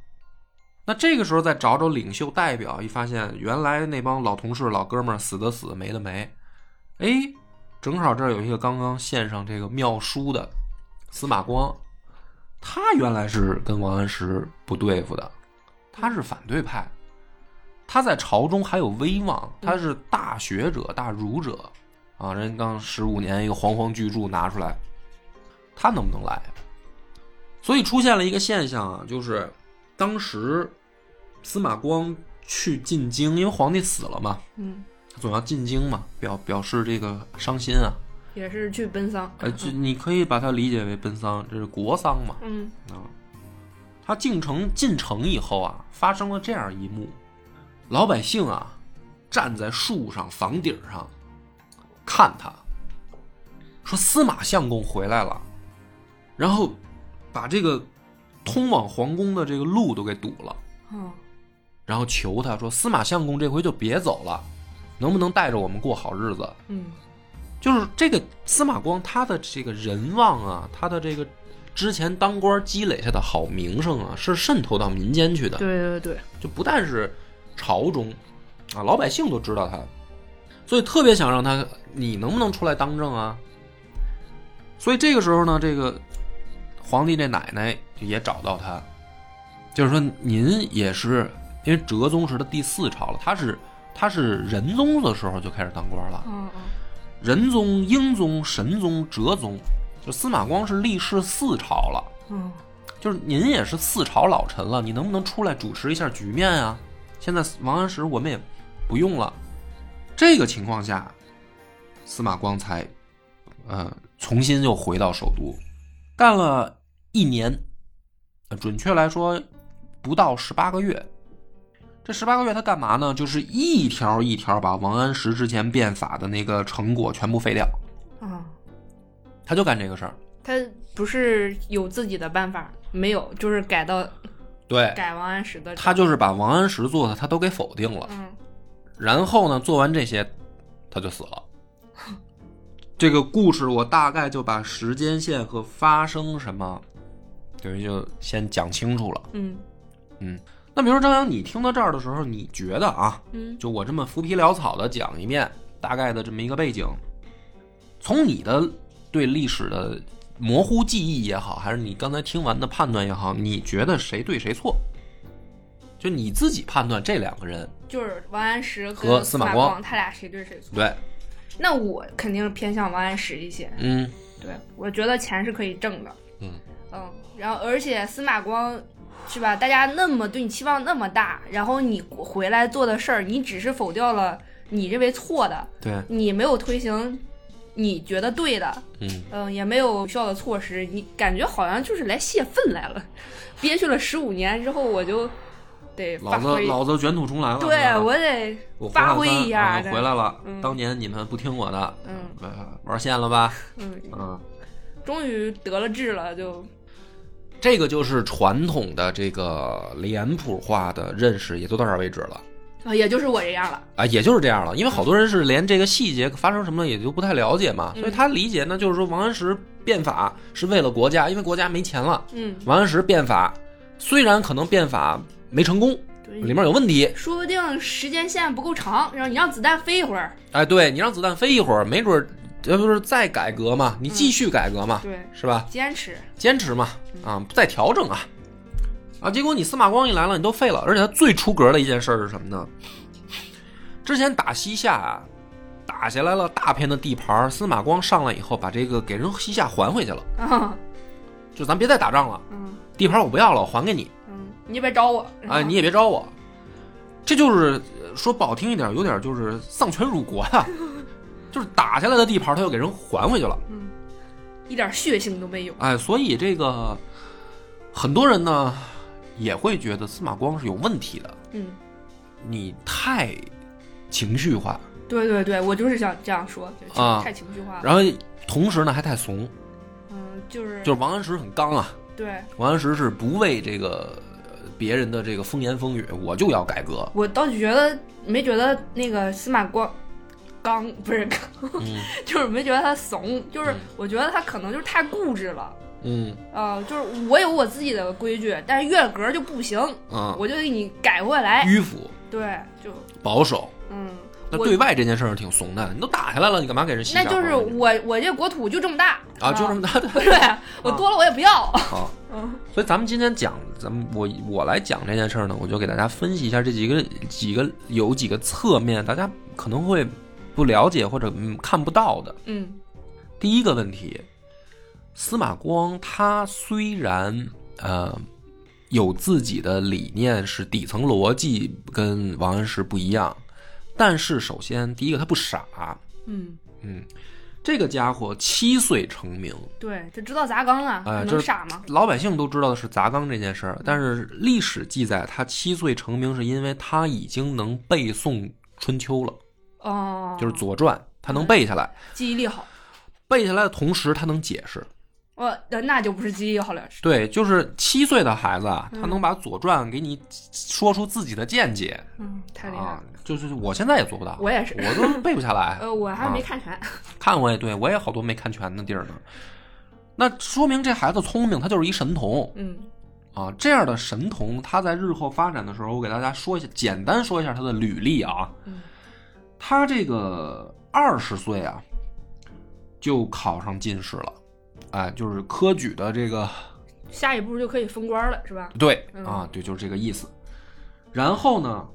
Speaker 1: 那这个时候再找找领袖代表，一发现原来那帮老同事、老哥们儿死的死，没的没。哎，正好这儿有一个刚刚献上这个妙书的司马光，他原来是跟王安石不对付的，他是反对派，他在朝中还有威望，他是大学者、大儒者啊。人刚十五年一个煌煌巨著拿出来，他能不能来？啊所以出现了一个现象啊，就是当时司马光去进京，因为皇帝死了嘛，
Speaker 2: 嗯，
Speaker 1: 他总要进京嘛，表表示这个伤心啊。
Speaker 2: 也是去奔丧。
Speaker 1: 呃，就你可以把它理解为奔丧，这是国丧嘛。
Speaker 2: 嗯
Speaker 1: 啊，他进城进城以后啊，发生了这样一幕：老百姓啊，站在树上、房顶上看他，说司马相公回来了，然后把这个通往皇宫的这个路都给堵了，
Speaker 2: 嗯，
Speaker 1: 然后求他说：“司马相公这回就别走了，能不能带着我们过好日子？”
Speaker 2: 嗯
Speaker 1: 就是这个司马光他的这个人望啊，他的这个之前当官积累下的好名声啊，是渗透到民间去的，
Speaker 2: 对对对，
Speaker 1: 就不但是朝中啊，老百姓都知道他，所以特别想让他你能不能出来当政啊？所以这个时候呢，这个皇帝这奶奶就也找到他，就是说您也是因为哲宗时的第四朝了，他是他是仁宗的时候就开始当官了。
Speaker 2: 嗯嗯
Speaker 1: 仁宗、英宗、神宗、哲宗，就司马光是历世四朝了，
Speaker 2: 嗯
Speaker 1: 就是您也是四朝老臣了，你能不能出来主持一下局面啊？现在王安石我们也不用了，这个情况下，司马光才，呃，重新又回到首都，干了一年，呃准确来说不到十八个月。这十八个月他干嘛呢？就是一条一条把王安石之前变法的那个成果全部废掉，
Speaker 2: 嗯，
Speaker 1: 他就干这个事儿。
Speaker 2: 他不是有自己的办法，没有，就是改到
Speaker 1: 对，
Speaker 2: 改王安石的。
Speaker 1: 哎他就是把王安石做的他都给否定了。
Speaker 2: 嗯
Speaker 1: 然后呢，做完这些，他就死了。这个故事我大概就把时间线和发生什么，等于就先讲清楚了。
Speaker 2: 嗯
Speaker 1: 那比如说张扬，你听到这儿的时候，你觉得啊，
Speaker 2: 嗯
Speaker 1: 就我这么浮皮潦草的讲一遍大概的这么一个背景，从你的对历史的模糊记忆也好，还是你刚才听完的判断也好，你觉得谁对谁错？就你自己判断这两个人
Speaker 2: 就是王安石
Speaker 1: 和
Speaker 2: 跟
Speaker 1: 司
Speaker 2: 司
Speaker 1: 马
Speaker 2: 马
Speaker 1: 光
Speaker 2: 光，他俩谁对谁错？
Speaker 1: 对，
Speaker 2: 那我肯定偏向王安石一些。
Speaker 1: 嗯
Speaker 2: 对，我觉得钱是可以挣的。
Speaker 1: 嗯
Speaker 2: 嗯，然后而且司马光是吧？大家那么对你期望那么大，然后你回来做的事儿，你只是否掉了你认为错的，
Speaker 1: 对，
Speaker 2: 你没有推行你觉得对的，
Speaker 1: 嗯，
Speaker 2: 嗯，也没有有效的措施，你感觉好像就是来泄愤来了。 憋屈了十五年之后，我就得
Speaker 1: 老
Speaker 2: 发
Speaker 1: 子
Speaker 2: 挥，
Speaker 1: 老子卷土重来了，是
Speaker 2: 对
Speaker 1: 吧
Speaker 2: 我得
Speaker 1: 我回来
Speaker 2: 发
Speaker 1: 了
Speaker 2: 挥一下。
Speaker 1: 啊回来了。
Speaker 2: 嗯
Speaker 1: 当年你们不听我的，
Speaker 2: 嗯
Speaker 1: 呃，玩线了吧？
Speaker 2: 嗯，
Speaker 1: 嗯，
Speaker 2: 终于得了志了，就
Speaker 1: 这个就是传统的这个脸谱化的认识，也就到这儿为止了。
Speaker 2: 啊，也就是我这样了。
Speaker 1: 啊，也就是这样了，因为好多人是连这个细节发生什么了也就不太了解嘛，所以他理解呢，就是说王安石变法是为了国家，因为国家没钱了，
Speaker 2: 嗯，
Speaker 1: 王安石变法虽然可能变法没成功，
Speaker 2: 对
Speaker 1: 里面有问题，
Speaker 2: 说不定时间线不够长，然后你让子弹飞一会儿。
Speaker 1: 哎，对你让子弹飞一会儿，没准儿这不是再改革嘛，你继续改革嘛，
Speaker 2: 对，
Speaker 1: 是吧？
Speaker 2: 坚持。
Speaker 1: 坚持嘛，啊，再调整啊，啊，结果你司马光一来了，你都废了。而且他最出格的一件事儿是什么呢？之前打西夏啊，打下来了大片的地盘儿，司马光上来以后，把这个给人西夏还回去了，
Speaker 2: 啊，
Speaker 1: 就咱别再打仗了，
Speaker 2: 嗯
Speaker 1: 地盘我不要了，我还给你，
Speaker 2: 嗯，你也别找我。
Speaker 1: 啊，你也别招我。这就是呃说不好听一点，有点就是丧权辱国呀、就是打下来的地盘儿，他又给人还回去了。
Speaker 2: 一点血性都没有。
Speaker 1: 哎，所以这个很多人呢也会觉得司马光是有问题的，
Speaker 2: 嗯，
Speaker 1: 你太情绪化，
Speaker 2: 对对对，我就是想这样说，就情
Speaker 1: 啊
Speaker 2: 太情绪化了。
Speaker 1: 然后同时呢还太怂，
Speaker 2: 嗯，就是
Speaker 1: 就是王安石很刚啊，
Speaker 2: 对
Speaker 1: 王安石是不畏这个呃别人的这个风言风语，我就要改 革，
Speaker 2: 我倒觉得没觉得那个司马光。刚不是刚，
Speaker 1: 嗯
Speaker 2: 就是没觉得他怂，就是
Speaker 1: 嗯
Speaker 2: 我觉得他可能就是太固执了，
Speaker 1: 嗯
Speaker 2: 呃，就是我有我自己的规矩，但是越格就不行，
Speaker 1: 啊，
Speaker 2: 我就给你改回来，
Speaker 1: 迂腐
Speaker 2: 对，就
Speaker 1: 保守，
Speaker 2: 嗯，
Speaker 1: 那
Speaker 2: 我
Speaker 1: 对外这件事儿挺怂的，你都打下来了，你干嘛给人洗
Speaker 2: 那
Speaker 1: 啥
Speaker 2: 就是
Speaker 1: 黄
Speaker 2: 我我这国土就这么大
Speaker 1: 啊， 就这么啊大的
Speaker 2: 对我多了我也不要。
Speaker 1: 好。
Speaker 2: 嗯
Speaker 1: 所以咱们今天讲，咱们我我来讲这件事儿呢，我就给大家分析一下这几个几个有几个侧面，大家可能会不了解或者嗯看不到的。
Speaker 2: 嗯
Speaker 1: 第一个问题，司马光他虽然呃有自己的理念，是底层逻辑跟王安石不一样，但是首先第一个他不傻，
Speaker 2: 嗯，
Speaker 1: 嗯，这个家伙七岁成名，
Speaker 2: 对，这知道砸缸啊，
Speaker 1: 哎
Speaker 2: 还
Speaker 1: 这
Speaker 2: 能傻吗？
Speaker 1: 老百姓都知道的是砸缸这件事儿，但是历史记载他七岁成名是因为他已经能背诵《春秋》了，
Speaker 2: 哦，
Speaker 1: 就是《左传》，他能背下来，
Speaker 2: 记忆力好，
Speaker 1: 背下来的同时他能解释。
Speaker 2: 呃，那那就不是记忆力好了，是
Speaker 1: 对，就是七岁的孩子啊，
Speaker 2: 嗯
Speaker 1: 他能把《左传》给你说出自己的见解、
Speaker 2: 嗯，太厉害
Speaker 1: 啊
Speaker 2: 了。，
Speaker 1: 就是我现在也做不到，
Speaker 2: 我也是。
Speaker 1: 我都背不下来
Speaker 2: 呃，我还没
Speaker 1: 啊
Speaker 2: 看全，
Speaker 1: 看我也对我也好多没看全的地儿呢。那说明这孩子聪明，他就是一神童。
Speaker 2: 嗯
Speaker 1: 啊，这样的神童，他在日后发展的时候，我给大家说一下，简单说一下他的履历啊。
Speaker 2: 嗯
Speaker 1: 他这个二十岁啊，就考上进士了，哎，就是科举的这个
Speaker 2: 下一步就可以封官了，是吧？
Speaker 1: 对
Speaker 2: 嗯
Speaker 1: 啊，对，就是这个意思。然后呢，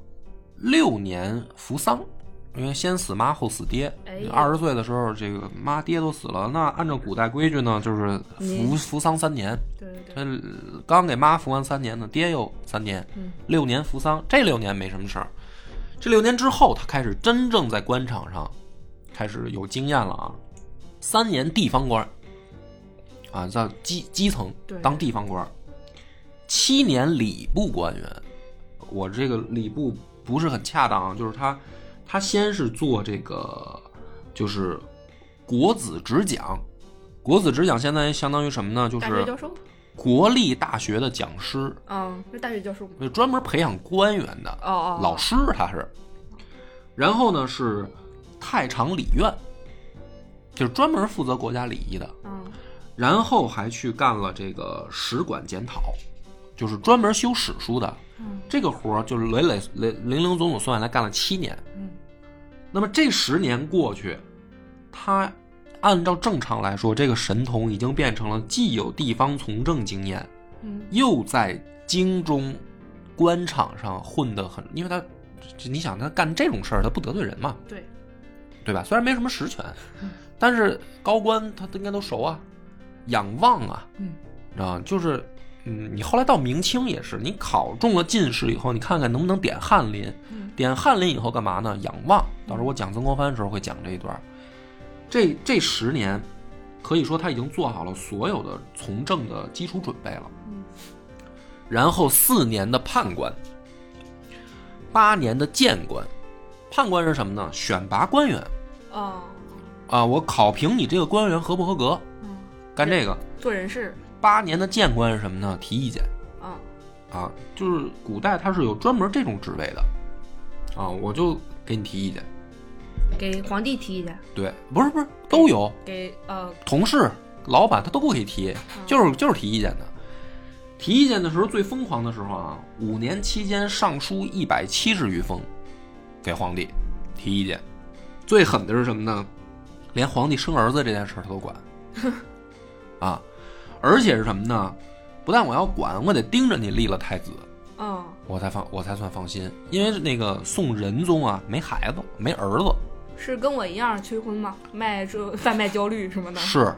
Speaker 1: 六年扶丧，因为先死妈后死爹
Speaker 2: 哎呀。
Speaker 1: 二十岁的时候，这个妈爹都死了，那按照古代规矩呢，就是扶
Speaker 2: 您
Speaker 1: 扶丧三年。
Speaker 2: 对对对，
Speaker 1: 他刚给妈服完三年呢，爹又三年，
Speaker 2: 嗯
Speaker 1: 六年服丧，这六年没什么事儿。这六年之后，他开始真正在官场上开始有经验了啊，三年地方官，啊，在基基层
Speaker 2: 对
Speaker 1: 当地方官，七年礼部官员。我这个礼部不是很恰当啊，就是他，他先是做这个，就是国子执讲。国子执讲现在相当于什么呢？就
Speaker 2: 大学
Speaker 1: 是
Speaker 2: 教授，
Speaker 1: 国立大学的讲师，
Speaker 2: 嗯，是大学教授吗？
Speaker 1: 就专门培养官员的
Speaker 2: 哦哦，
Speaker 1: 老师，他是。然后呢是太常礼院，就是专门负责国家礼仪的。
Speaker 2: 嗯，
Speaker 1: 然后还去干了这个史馆检讨，就是专门修史书的。
Speaker 2: 嗯
Speaker 1: 这个活儿就是累累累零零总总算下来干了七年。
Speaker 2: 嗯
Speaker 1: 那么这十年过去，他按照正常来说，这个神童已经变成了既有地方从政经验，
Speaker 2: 嗯
Speaker 1: 又在京中官场上混得很，因为他，这你想他干这种事儿，他不得罪人嘛，
Speaker 2: 对，
Speaker 1: 对吧？虽然没什么实权，但是高官他应该都熟啊，仰望啊，
Speaker 2: 嗯
Speaker 1: 啊，就是，嗯，你后来到明清也是，你考中了进士以后，你看看能不能点翰林，
Speaker 2: 嗯
Speaker 1: 点翰林以后干嘛呢？仰望。到时候我讲曾国藩的时候会讲这一段儿。这这十年，可以说他已经做好了所有的从政的基础准备了。
Speaker 2: 嗯
Speaker 1: 然后四年的判官，八年的谏官。判官是什么呢？选拔官员
Speaker 2: 哦，
Speaker 1: 啊，我考评你这个官员合不合格，
Speaker 2: 嗯，
Speaker 1: 干这个。
Speaker 2: 做人事，
Speaker 1: 八年的谏官是什么呢？提意见。
Speaker 2: 嗯
Speaker 1: 啊，就是古代它是有专门这种职位的，啊，我就给你提意见。
Speaker 2: 给皇帝提意见，
Speaker 1: 对，不是不是，都有
Speaker 2: 给呃
Speaker 1: 同事、老板他都可以提，就是就是提意见的。提意见的时候最疯狂的时候啊，五年期间上书一百七十余封，给皇帝提意见。最狠的是什么呢？连皇帝生儿子这件事儿他都管，啊，而且是什么呢？不但我要管，我得盯着你立了太子。
Speaker 2: 嗯
Speaker 1: 我才放我才算放心，因为那个宋仁宗啊没孩子没儿子，
Speaker 2: 是跟我一样催婚吗？卖这 贩卖焦虑什么的，
Speaker 1: 是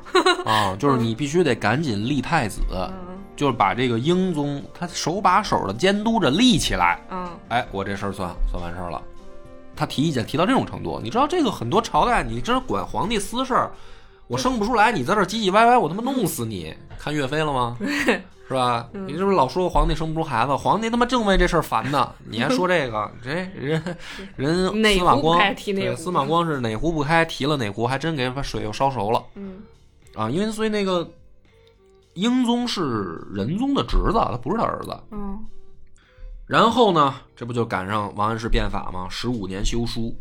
Speaker 1: 啊，就是你必须得赶紧立太子，
Speaker 2: 嗯
Speaker 1: 就是把这个英宗他手把手的监督着立起来。
Speaker 2: 嗯
Speaker 1: 哎，我这事儿算算完事儿了。他提意见提到这种程度，你知道这个很多朝代，你这管皇帝私事儿，我生不出来，你在这儿唧唧歪歪，我他妈弄死你！看岳飞了吗？是吧？你这不是老说皇帝生不出孩子，皇帝他妈正为这事儿烦呢，你还说这个？这人人
Speaker 2: 哪
Speaker 1: 司马
Speaker 2: 壶不
Speaker 1: 光
Speaker 2: 开提哪
Speaker 1: 对
Speaker 2: 壶
Speaker 1: 司马光是哪壶不开提了哪壶，还真给把水又烧熟了
Speaker 2: 嗯
Speaker 1: 啊！因为所以那个英宗是仁宗的侄子，啊他不是他儿子。
Speaker 2: 嗯
Speaker 1: 然后呢，这不就赶上王安石变法吗？十五年修书，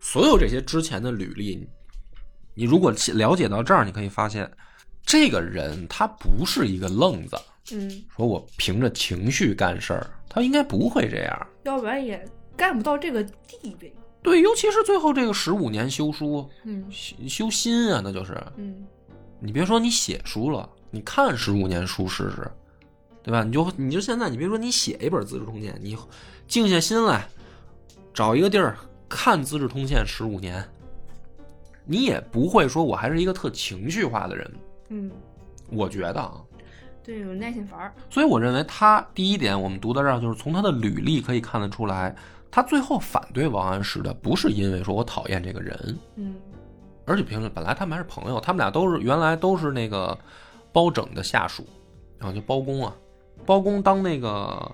Speaker 1: 所有这些之前的履历，你如果了解到这儿，你可以发现，这个人他不是一个愣子，
Speaker 2: 嗯，
Speaker 1: 说我凭着情绪干事儿，他应该不会这样。
Speaker 2: 要不然也干不到这个地位，
Speaker 1: 对，尤其是最后这个十五年修书、
Speaker 2: 嗯
Speaker 1: 修修心啊，那就是
Speaker 2: 嗯
Speaker 1: 你别说你写书了，你看十五年书试试，对吧？你就你就现在，你别说你写一本《资治通鉴》，你静下心来，找一个地儿看《资治通鉴》十五年，你也不会说我还是一个特情绪化的人，
Speaker 2: 嗯，
Speaker 1: 我觉得啊。
Speaker 2: 对，有耐心烦儿。
Speaker 1: 所以我认为他第一点，我们读到这儿，就是从他的履历可以看得出来，他最后反对王安石的，不是因为说我讨厌这个人，
Speaker 2: 嗯
Speaker 1: 而且平时本来他们还是朋友，他们俩都是原来都是那个包拯的下属，然后就包公啊，包公当那个，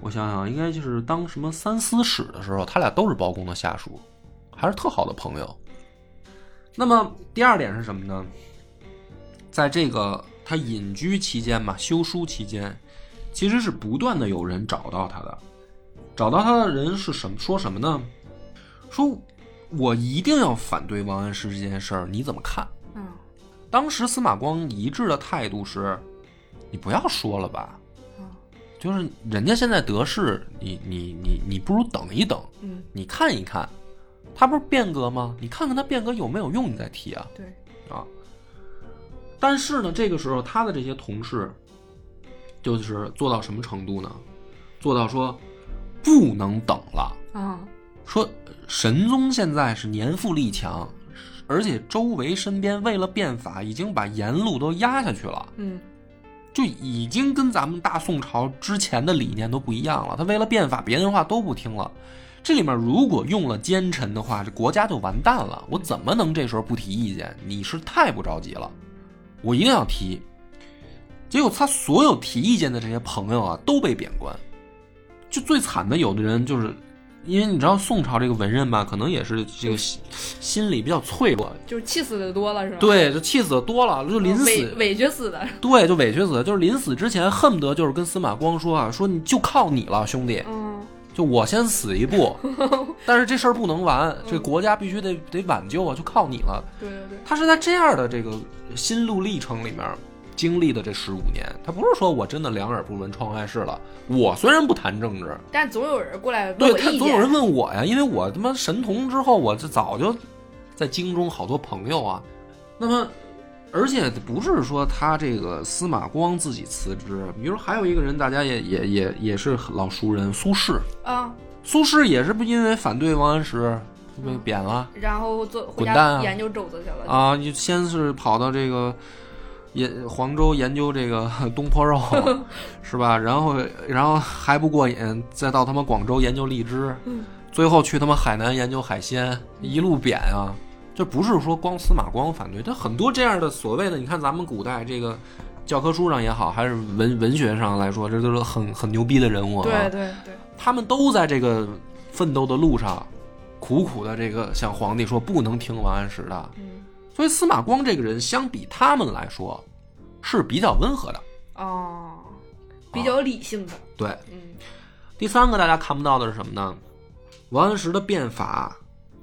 Speaker 1: 我想想，应该就是当什么三司使的时候，他俩都是包公的下属，还是特好的朋友。那么第二点是什么呢？在这个他隐居期间嘛，修书期间，其实是不断的有人找到他的，找到他的人是什么？说什么呢？说我一定要反对王安石这件事儿，你怎么看？
Speaker 2: 嗯
Speaker 1: 当时司马光一致的态度是，你不要说了吧，
Speaker 2: 嗯
Speaker 1: 就是人家现在得势，你你你你不如等一等，
Speaker 2: 嗯，
Speaker 1: 你看一看，他不是变革吗？你看看他变革有没有用，你再提啊
Speaker 2: 对，
Speaker 1: 啊。但是呢，这个时候他的这些同事，就是做到什么程度呢？做到说不能等了。
Speaker 2: 啊
Speaker 1: 说神宗现在是年富力强，而且周围身边为了变法，已经把沿路都压下去了，
Speaker 2: 嗯
Speaker 1: 就已经跟咱们大宋朝之前的理念都不一样了。他为了变法，别人话都不听了。这里面如果用了奸臣的话，这国家就完蛋了。我怎么能这时候不提意见？你是太不着急了，我一定要提。结果他所有提意见的这些朋友啊，都被贬官。就最惨的，有的人就是因为你知道宋朝这个文人吧，可能也是这个心心理比较脆弱，
Speaker 2: 就是气死的多了是吧？嗯
Speaker 1: 对，就气死的多了，就临
Speaker 2: 委
Speaker 1: 死，
Speaker 2: 委屈死的。
Speaker 1: 对，就委屈死，就是临死之前恨不得就是跟司马光说啊，说你就靠你了，兄弟，
Speaker 2: 嗯
Speaker 1: 就我先死一步，但是这事儿不能完，这国家必须得得挽救啊，就靠你了。
Speaker 2: 对对对，
Speaker 1: 他是在这样的这个心路历程里面经历的这十五年，他不是说我真的两耳不闻窗外事了，我虽然不谈政治，
Speaker 2: 但总有人过来问
Speaker 1: 对
Speaker 2: 我
Speaker 1: 他
Speaker 2: 意
Speaker 1: 总有人
Speaker 2: 见。
Speaker 1: 问我呀，因为我他妈神童之后，我这早就在京中好多朋友啊。那么，而且不是说他这个司马光自己辞职，比如还有一个人，大家也也也也是老熟人，苏轼。
Speaker 2: 啊，
Speaker 1: 苏轼也是不因为反对王安石被贬了
Speaker 2: 然后做回
Speaker 1: 滚蛋
Speaker 2: 家
Speaker 1: 啊
Speaker 2: 研究肘子去了。
Speaker 1: 啊，你先是跑到这个。研黄州研究这个 东坡 肉，是吧？然后，然后还不过瘾，再到他妈广州研究荔枝，
Speaker 2: 嗯
Speaker 1: 最后去他妈海南研究海鲜，一路贬啊！这不是说光司马光反对，这很多这样的所谓的，你看咱们古代这个教科书上也好，还是文文学上来说，这都是很很牛逼的人物啊。
Speaker 2: 对对对，
Speaker 1: 他们都在这个奋斗的路上，苦苦的这个向皇帝说不能听王安石的。
Speaker 2: 嗯
Speaker 1: 所以司马光这个人，相比他们来说，是比较温和的。啊
Speaker 2: 哦，比较理性的，
Speaker 1: 对，
Speaker 2: 嗯
Speaker 1: 第三个大家看不到的是什么呢？王安石的变法，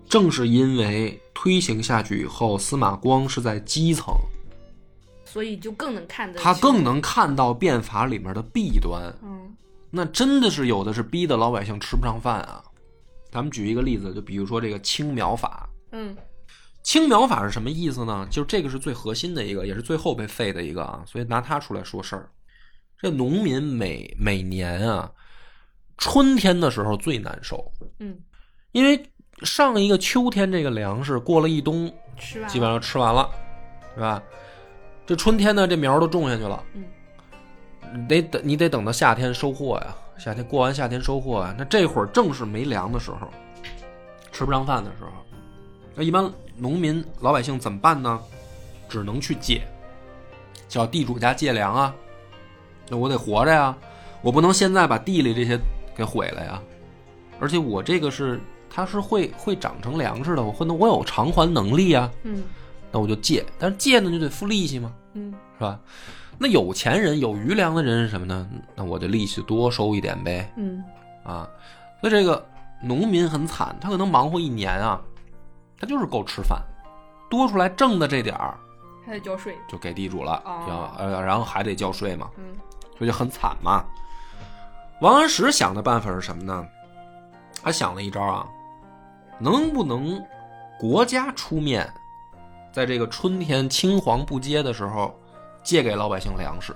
Speaker 1: 正是因为推行下去以后，司马光是在基层，
Speaker 2: 所以就更能看得
Speaker 1: 他
Speaker 2: 清
Speaker 1: 更能看到变法里面的弊端。
Speaker 2: 嗯
Speaker 1: 那真的是有的是逼得老百姓吃不上饭啊。咱们举一个例子，就比如说这个青苗法。
Speaker 2: 嗯
Speaker 1: 青苗法是什么意思呢？就是这个是最核心的一个，也是最后被废的一个啊，所以拿它出来说事儿。这农民每每年啊，春天的时候最难受，
Speaker 2: 嗯，
Speaker 1: 因为上一个秋天这个粮食过了一冬，
Speaker 2: 吃完
Speaker 1: 基本上吃完了，是吧？这春天呢，这苗儿都种下去了，
Speaker 2: 嗯
Speaker 1: 得等你得等到夏天收获呀，夏天过完夏天收获呀，那这会儿正是没粮的时候，吃不上饭的时候，那一般农民老百姓怎么办呢？只能去借，找地主家借粮啊，那我得活着呀，我不能现在把地里这些给毁了呀，而且我这个是它是会会长成粮食的，我会能我有偿还能力啊，
Speaker 2: 嗯
Speaker 1: 那我就借，但是借呢就得付利息嘛，
Speaker 2: 嗯
Speaker 1: 是吧？那有钱人有余粮的人是什么呢？那我就利息多收一点呗，
Speaker 2: 嗯
Speaker 1: 啊，所以这个农民很惨，他可能忙活一年啊，他就是够吃饭，多出来挣的这点儿
Speaker 2: 还得交税，
Speaker 1: 就给地主了，
Speaker 2: 哦
Speaker 1: 要呃，然后还得交税嘛，
Speaker 2: 嗯
Speaker 1: 所以就很惨嘛。王安石想的办法是什么呢？他想了一招啊，能不能国家出面，在这个春天青黄不接的时候，借给老百姓粮食，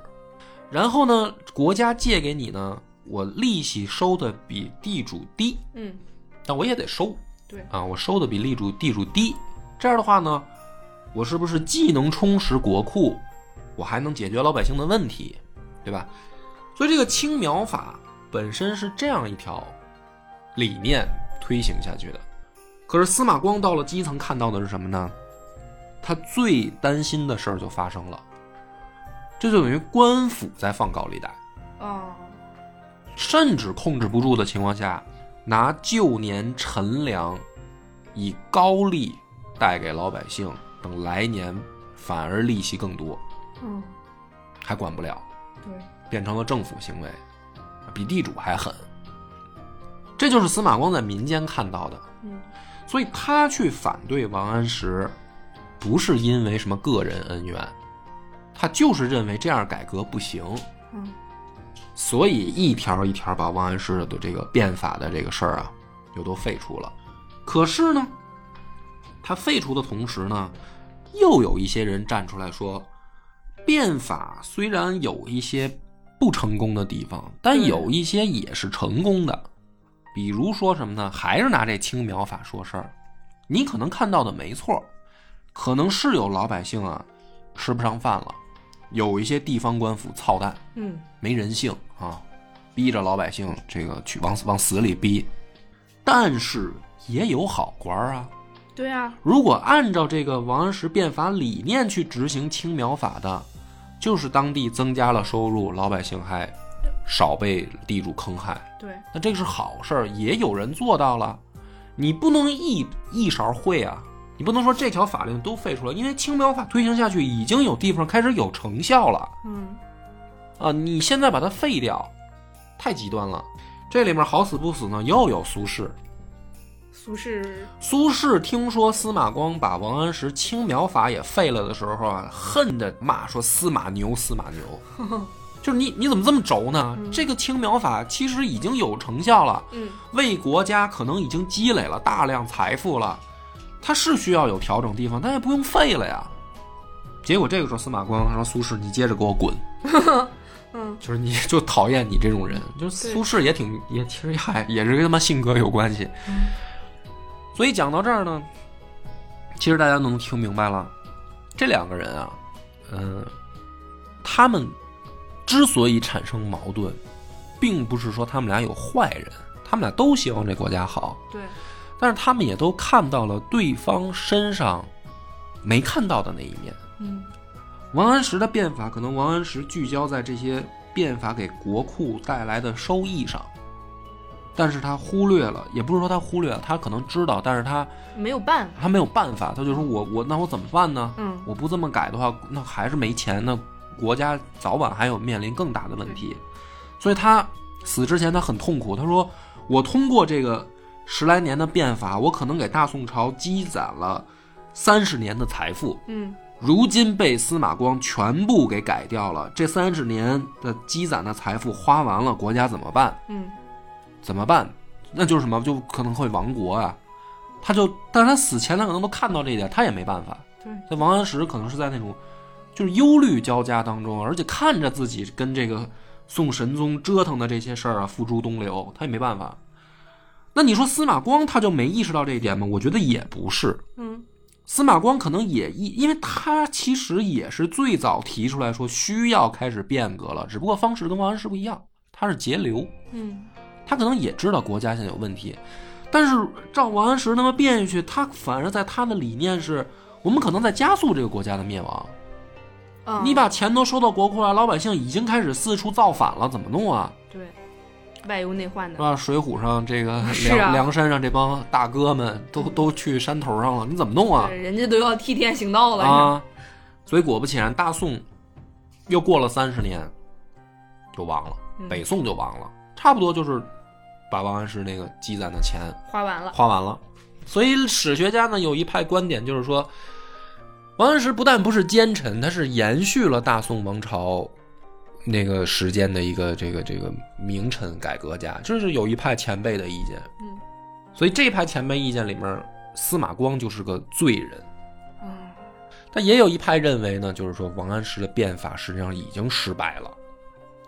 Speaker 1: 然后呢，国家借给你呢，我利息收的比地主低，
Speaker 2: 嗯，
Speaker 1: 但我也得收，
Speaker 2: 对
Speaker 1: 啊，我收的比地主地主低，这样的话呢，我是不是既能充实国库，我还能解决老百姓的问题，对吧？所以这个青苗法本身是这样一条理念推行下去的。可是司马光到了基层看到的是什么呢？他最担心的事儿就发生了，这就等于官府在放高利贷。
Speaker 2: 哦，
Speaker 1: 甚至控制不住的情况下，拿旧年陈粮以高利贷给老百姓，等来年反而利息更多，
Speaker 2: 嗯，
Speaker 1: 还管不了，
Speaker 2: 对，
Speaker 1: 变成了政府行为，啊比地主还狠。这就是司马光在民间看到的，
Speaker 2: 嗯，
Speaker 1: 所以他去反对王安石，不是因为什么个人恩怨，他就是认为这样改革不行。
Speaker 2: 嗯，
Speaker 1: 所以一条一条把王安石的这个变法的这个事儿啊，又都废除了。可是呢，他废除的同时呢，又有一些人站出来说，变法虽然有一些不成功的地方，但
Speaker 2: 对
Speaker 1: 有一些也是成功的。比如说什么呢？还是拿这青苗法说事儿。你可能看到的没错，可能是有老百姓啊吃不上饭了，有一些地方官府操蛋，
Speaker 2: 嗯，
Speaker 1: 没人性啊，逼着老百姓这个去往往死里逼。但是也有好官儿啊，
Speaker 2: 对啊，
Speaker 1: 如果按照这个王安石变法理念去执行青苗法的，就是当地增加了收入，老百姓还少被地主坑害，
Speaker 2: 对，
Speaker 1: 那这个是好事儿，也有人做到了。你不能一一勺烩啊，你不能说这条法令都废除了，因为青苗法推行下去，已经有地方开始有成效了。
Speaker 2: 嗯，
Speaker 1: 啊，你现在把它废掉，太极端了。这里面好死不死呢，又有苏轼。
Speaker 2: 苏轼，
Speaker 1: 苏轼听说司马光把王安石青苗法也废了的时候啊，恨得骂说司马牛，司马牛， 就是你你怎么这么轴呢？这个青苗法其实已经有成效了，
Speaker 2: 嗯，
Speaker 1: 为国家可能已经积累了大量财富了，它是需要有调整地方，但也不用废了呀。结果这个时候，司马光说：“苏轼，你接着给我滚！”
Speaker 2: 嗯，
Speaker 1: 就是你就讨厌你这种人，就是
Speaker 2: 对
Speaker 1: 苏轼也挺也其实还也是跟他妈性格有关系。所以讲到这儿呢，其实大家能听明白了，这两个人啊，嗯、他们之所以产生矛盾，并不是说他们俩有坏人，他们俩都希望这国家好，
Speaker 2: 对，
Speaker 1: 但是他们也都看到了对方身上没看到的那一面。
Speaker 2: 嗯，
Speaker 1: 王安石的变法，可能王安石聚焦在这些变法给国库带来的收益上，但是他忽略了，也不是说他忽略了，他可能知道，但是他
Speaker 2: 没有办法，
Speaker 1: 他没有办法，他就说我我那我怎么办呢？
Speaker 2: 嗯，
Speaker 1: 我不这么改的话，那还是没钱，那国家早晚还有面临更大的问题。所以他死之前他很痛苦，他说我通过这个十来年的变法，我可能给大宋朝积攒了三十年的财富，
Speaker 2: 嗯，
Speaker 1: 如今被司马光全部给改掉了，这三十年的积攒的财富花完了，国家怎么办？
Speaker 2: 嗯，
Speaker 1: 怎么办？那就是什么，就可能会亡国啊。他就，但是他死前他可能都看到这一点，他也没办法。
Speaker 2: 对，
Speaker 1: 那王安石可能是在那种就是忧虑交加当中，而且看着自己跟这个宋神宗折腾的这些事儿啊付诸东流，他也没办法。那你说司马光他就没意识到这一点吗？我觉得也不是，
Speaker 2: 嗯，
Speaker 1: 司马光可能也意，因为他其实也是最早提出来说需要开始变革了，只不过方式跟王安石不一样，他是节流。
Speaker 2: 嗯，
Speaker 1: 他可能也知道国家现在有问题，但是照王安石那么变下去，他反而在他的理念是，我们可能在加速这个国家的灭亡。
Speaker 2: 啊，
Speaker 1: 你把钱都收到国库了，老百姓已经开始四处造反了，怎么弄啊？
Speaker 2: 对，外忧内患
Speaker 1: 是
Speaker 2: 的，
Speaker 1: 吧？水浒上这 个
Speaker 2: 是
Speaker 1: 梁、
Speaker 2: 啊嗯
Speaker 1: 梁山上这帮大哥们都都去山头上了，你怎么弄啊
Speaker 2: 对？人家都要替天行道了，
Speaker 1: 啊！所以果不其然，大宋又过了三十年，就亡了，
Speaker 2: 嗯
Speaker 1: 北宋就亡了，差不多就是把王安石那个积攒的钱
Speaker 2: 花完 了，
Speaker 1: 花完了。所以史学家呢有一派观点就是说，王安石不但不是奸臣，他是延续了大宋王朝那个时间的一个这个这个名臣改革家，这是有一派前辈的意见。
Speaker 2: 嗯，
Speaker 1: 所以这派前辈意见里面，司马光就是个罪人。
Speaker 2: 嗯
Speaker 1: 但也有一派认为呢，就是说王安石的变法实际上已经失败了，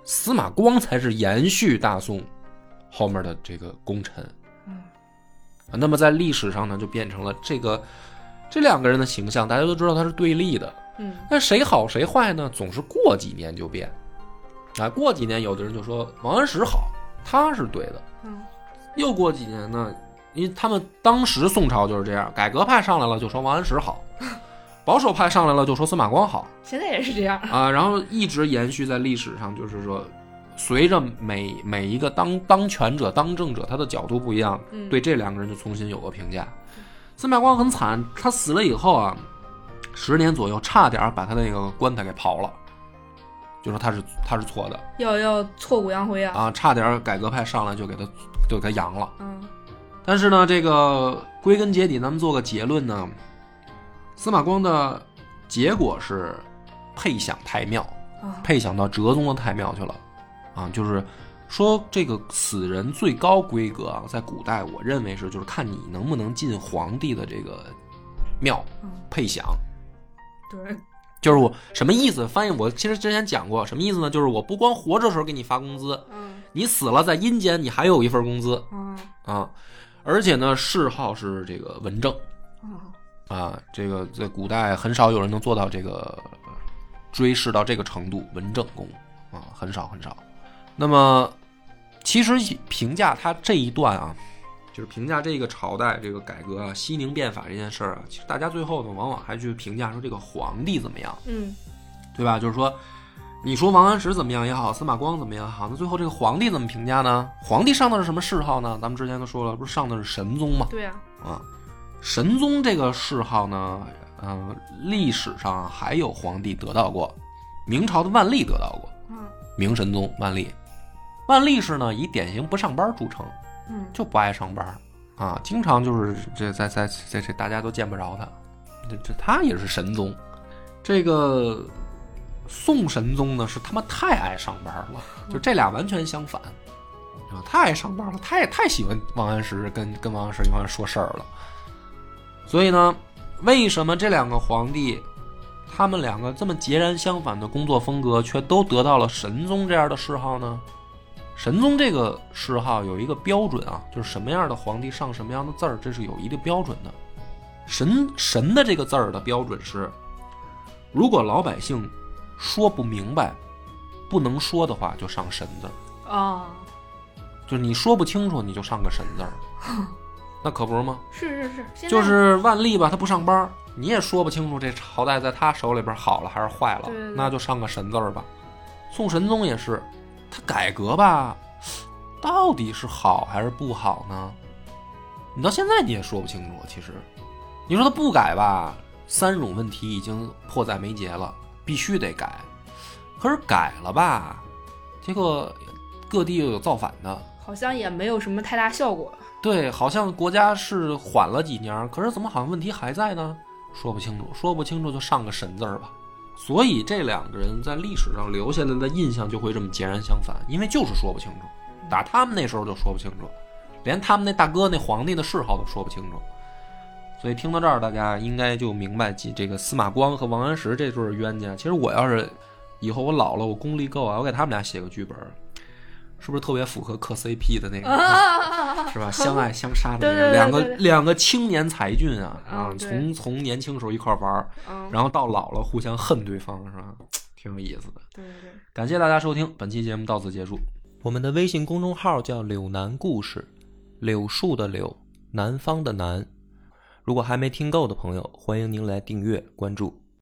Speaker 1: 司马光才是延续大宋后面的这个功臣。
Speaker 2: 嗯
Speaker 1: 啊那么在历史上呢，就变成了这个这两个人的形象，大家都知道他是对立的。
Speaker 2: 嗯
Speaker 1: 但谁好谁坏呢，总是过几年就变。啊，过几年有的人就说王安石好，他是对的。
Speaker 2: 嗯
Speaker 1: 又过几年呢，因为他们当时宋朝就是这样，改革派上来了就说王安石好，保守派上来了就说司马光好
Speaker 2: 现在也是这样。
Speaker 1: 啊，然后一直延续在历史上，就是说，随着每每一个当当权者、当政者他的角度不一样，
Speaker 2: 嗯
Speaker 1: 对这两个人就重新有个评价。司马光很惨，他死了以后啊，十年左右差点把他那个棺材给刨了，就说他是他是错的
Speaker 2: 要要挫骨扬灰啊。
Speaker 1: 啊，差点改革派上来就给他就给他扬了。
Speaker 2: 嗯
Speaker 1: 但是呢，这个归根结底，咱们做个结论呢，司马光的结果是配享太庙，
Speaker 2: 啊
Speaker 1: 配享到哲宗的太庙去了，啊，就是说这个死人最高规格啊，在古代我认为是就是看你能不能进皇帝的这个庙
Speaker 2: 嗯，
Speaker 1: 配享，
Speaker 2: 对，
Speaker 1: 就是我什么意思？翻译我其实之前讲过，什么意思呢？就是我不光活着时候给你发工资，
Speaker 2: 嗯
Speaker 1: 你死了在阴间你还有一份工资
Speaker 2: 啊
Speaker 1: 啊，而且呢谥号是这个文正。
Speaker 2: 啊
Speaker 1: 啊，这个在古代很少有人能做到这个追谥到这个程度，文正公啊，很少很少。那么，其实评价他这一段啊，就是评价这个朝代这个改革啊，熙宁变法这件事儿啊，其实大家最后呢，往往还去评价说这个皇帝怎么样，
Speaker 2: 嗯
Speaker 1: 对吧？就是说，你说王安石怎么样也好，司马光怎么样也好，那最后这个皇帝怎么评价呢？皇帝上的是什么谥号呢？咱们之前都说了，不是上的是神宗吗？
Speaker 2: 对啊
Speaker 1: 啊，神宗这个谥号呢，嗯、历史上还有皇帝得到过，明朝的万历得到过，
Speaker 2: 啊
Speaker 1: 明神宗万历，万历是呢以典型不上班著称，
Speaker 2: 嗯
Speaker 1: 就不爱上班啊，经常就是这在在在这大家都见不着他，这这他也是神宗，这个宋神宗呢是他妈太爱上班了，就这俩完全相反啊，太爱上班了，太太喜欢王安石跟跟王安石一块儿说事儿了，所以呢，为什么这两个皇帝？他们两个这么截然相反的工作风格，却都得到了神宗这样的谥号呢？神宗这个谥号有一个标准啊，就是什么样的皇帝上什么样的字儿，这是有一定标准的。神神的这个字儿的标准是，如果老百姓说不明白、不能说的话，就上神字儿；
Speaker 2: 啊，
Speaker 1: 就是你说不清楚，你就上个神字儿。那可不是吗？
Speaker 2: 是是是，现在
Speaker 1: 就是万历吧，他不上班儿，你也说不清楚这朝代在他手里边好了还是坏了，
Speaker 2: 对对对
Speaker 1: 那就上个神字儿吧。宋神宗也是，他改革吧，到底是好还是不好呢？你到现在你也说不清楚。其实，你说他不改吧，三种问题已经迫在眉睫了，必须得改。可是改了吧，结果各地又有造反的，
Speaker 2: 好像也没有什么太大效果。
Speaker 1: 对，好像国家是缓了几年儿，可是怎么好像问题还在呢？说不清楚，说不清楚就上个神字儿吧。所以这两个人在历史上留下来的印象就会这么截然相反，因为就是说不清楚，
Speaker 2: 嗯
Speaker 1: 打他们那时候就说不清楚，连他们那大哥那皇帝的谥号都说不清楚。所以听到这儿，大家应该就明白，这这个司马光和王安石这对儿冤家。其实我要是以后我老了，我功力够啊，我给他们俩写个剧本儿，是不是特别符合磕 CP 的那个？
Speaker 2: 啊，
Speaker 1: 是吧？相爱相杀的
Speaker 2: 对
Speaker 1: 那个两
Speaker 2: 对对
Speaker 1: 个
Speaker 2: 对对
Speaker 1: 两个青年才俊啊，
Speaker 2: 嗯
Speaker 1: 啊，
Speaker 2: 对
Speaker 1: 从从年轻时候一块玩儿，
Speaker 2: 嗯，
Speaker 1: 然后到老了互相恨对方，是吧？挺有意思的。
Speaker 2: 对对对，
Speaker 1: 感谢大家收听，本期节目到此结束。
Speaker 3: 我们的微信公众号叫“柳南故事”，柳树的柳，南方的南。如果还没听够的朋友，欢迎您来订阅关注。